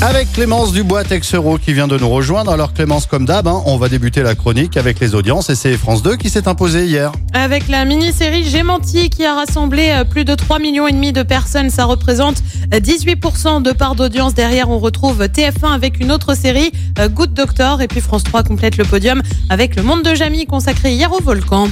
Avec Clémence Dubois Texero qui vient de nous rejoindre. Alors Clémence, comme d'hab, hein, on va débuter la chronique avec les audiences et c'est France 2 qui s'est imposée hier. Avec la mini-série J'ai menti qui a rassemblé euh, plus de 3,5 millions et demi de personnes, ça représente euh, 18% de part d'audience. Derrière, on retrouve euh, TF1 avec une autre série, euh, Good Doctor, et puis France 3 complète le podium avec Le Monde de Jamie consacré hier au volcan.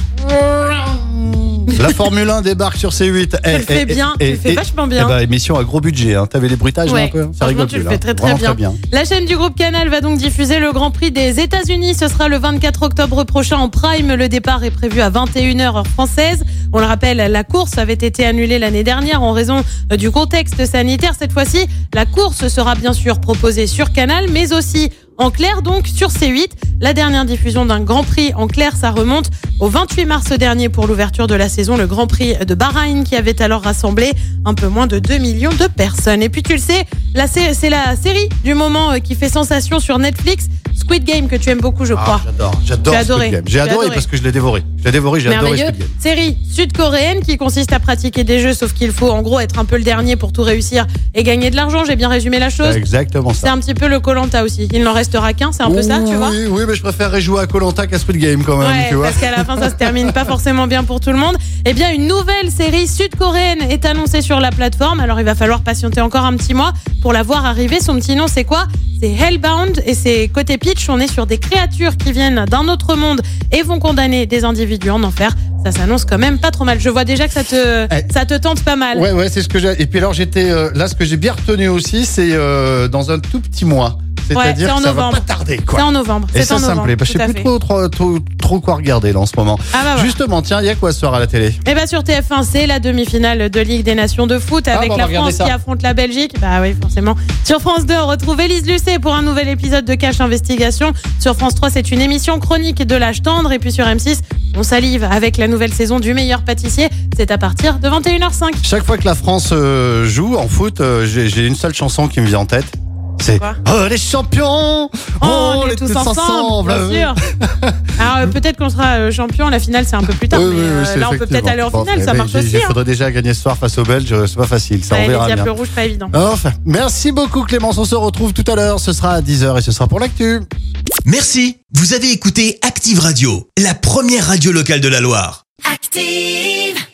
La Formule 1 débarque sur C8. Mm. Tu le fais bien, tu le fais vachement bien. Eh ben, émission à gros budget. Hein. T'avais les bruitages là, Ouais, un peu Ça franchement, rigole tu plus, le là. fais très, très Vraiment bien. La chaîne du groupe Canal va donc diffuser le Grand Prix des États-Unis. Ce sera le 24 octobre prochain en prime. Le départ est prévu à 21h heure française. On le rappelle, la course avait été annulée l'année dernière en raison euh, du contexte sanitaire. Cette fois-ci, la course sera bien sûr proposée sur Canal, mais aussi en clair, donc sur C8. La dernière diffusion d'un Grand Prix en clair, ça remonte au 28 mars dernier pour l'ouverture de la saison, le Grand Prix de Bahreïn qui avait alors rassemblé un peu moins de 2 millions de personnes. Et puis tu le sais, la sé- c'est la série du moment euh, qui fait sensation sur Netflix, Squid Game que tu aimes beaucoup, je Ah, crois. j'adore, j'adore Tu as Squid adoré. Game. Tu J'ai as adoré, adoré. parce que je l'ai dévoré. Je l'ai dévoré, j'ai adoré Merveilleux. Squid Game. Série sud-coréenne qui consiste à pratiquer des jeux, sauf qu'il faut en gros être un peu le dernier pour tout réussir et gagner de l'argent. J'ai bien résumé la chose. C'est Exactement C'est Bah, ça. un petit peu le Colanta aussi. Il n'en restera qu'un, c'est un peu ça, tu vois. Oui, oui, mais je préférerais jouer à Colanta qu'à Squid Game quand même, Ouais, tu vois. parce qu'à la fin, ça se termine pas forcément bien pour tout le monde. Eh bien, une nouvelle série sud-coréenne est annoncée sur la plateforme. Alors, il va falloir patienter encore un petit mois pour la voir arriver. Son petit nom, c'est quoi C'est Hellbound. Et c'est côté pitch, on est sur des créatures qui viennent d'un autre monde et vont condamner des individus en enfer. Ça s'annonce quand même pas trop mal. Je vois déjà que ça te, Eh. ça te tente pas mal. Ouais, ouais, c'est ce que j'ai. Et puis alors, j'étais euh, là, ce que j'ai bien retenu aussi, c'est euh, dans un tout petit mois. C'est-à-dire c'est en que ça va novembre. pas tarder, C'est quoi. en novembre. Et c'est ça, en ça me novembre, plaît. Parce que tout je à sais fait. plus trop, trop, trop, trop quoi regarder là en ce moment. Ah bah voilà. Justement, tiens, il y a quoi ce soir à la télé Eh ben sur TF1, c'est la demi-finale de Ligue des Nations de foot Ah, avec bah, on va la regarder France ça. qui affronte la Belgique. Bah oui, forcément. Sur France 2, on retrouve Élise Lucet pour un nouvel épisode de Cache Investigation. Sur France 3, c'est une émission chronique de l'âge tendre. Et puis sur M6, on salive avec la nouvelle saison du meilleur pâtissier. C'est à partir de 21h05. Chaque fois que la France euh, joue en foot, euh, j'ai j'ai une seule chanson qui me vient en tête. C'est Quoi Oh les champions Oh, on est tous, ensemble, Ah bien sûr. Alors euh, peut-être qu'on sera euh, champion. La finale, c'est un peu plus tard. Oui, mais, oui, oui, euh, c'est là, on peut peut-être effectivement. aller en Bon, eh finale. ça mais marche j'ai- aussi. Il hein. faudrait déjà gagner ce soir face aux Belges, euh, c'est pas facile, ça Ouais, on les verra diables bien. rouges, pas évident. Enfin, merci beaucoup Clémence, on se retrouve tout à l'heure, ce sera à 10h et ce sera pour l'actu. Merci, vous avez écouté Active Radio, la première radio locale de la Loire. Active.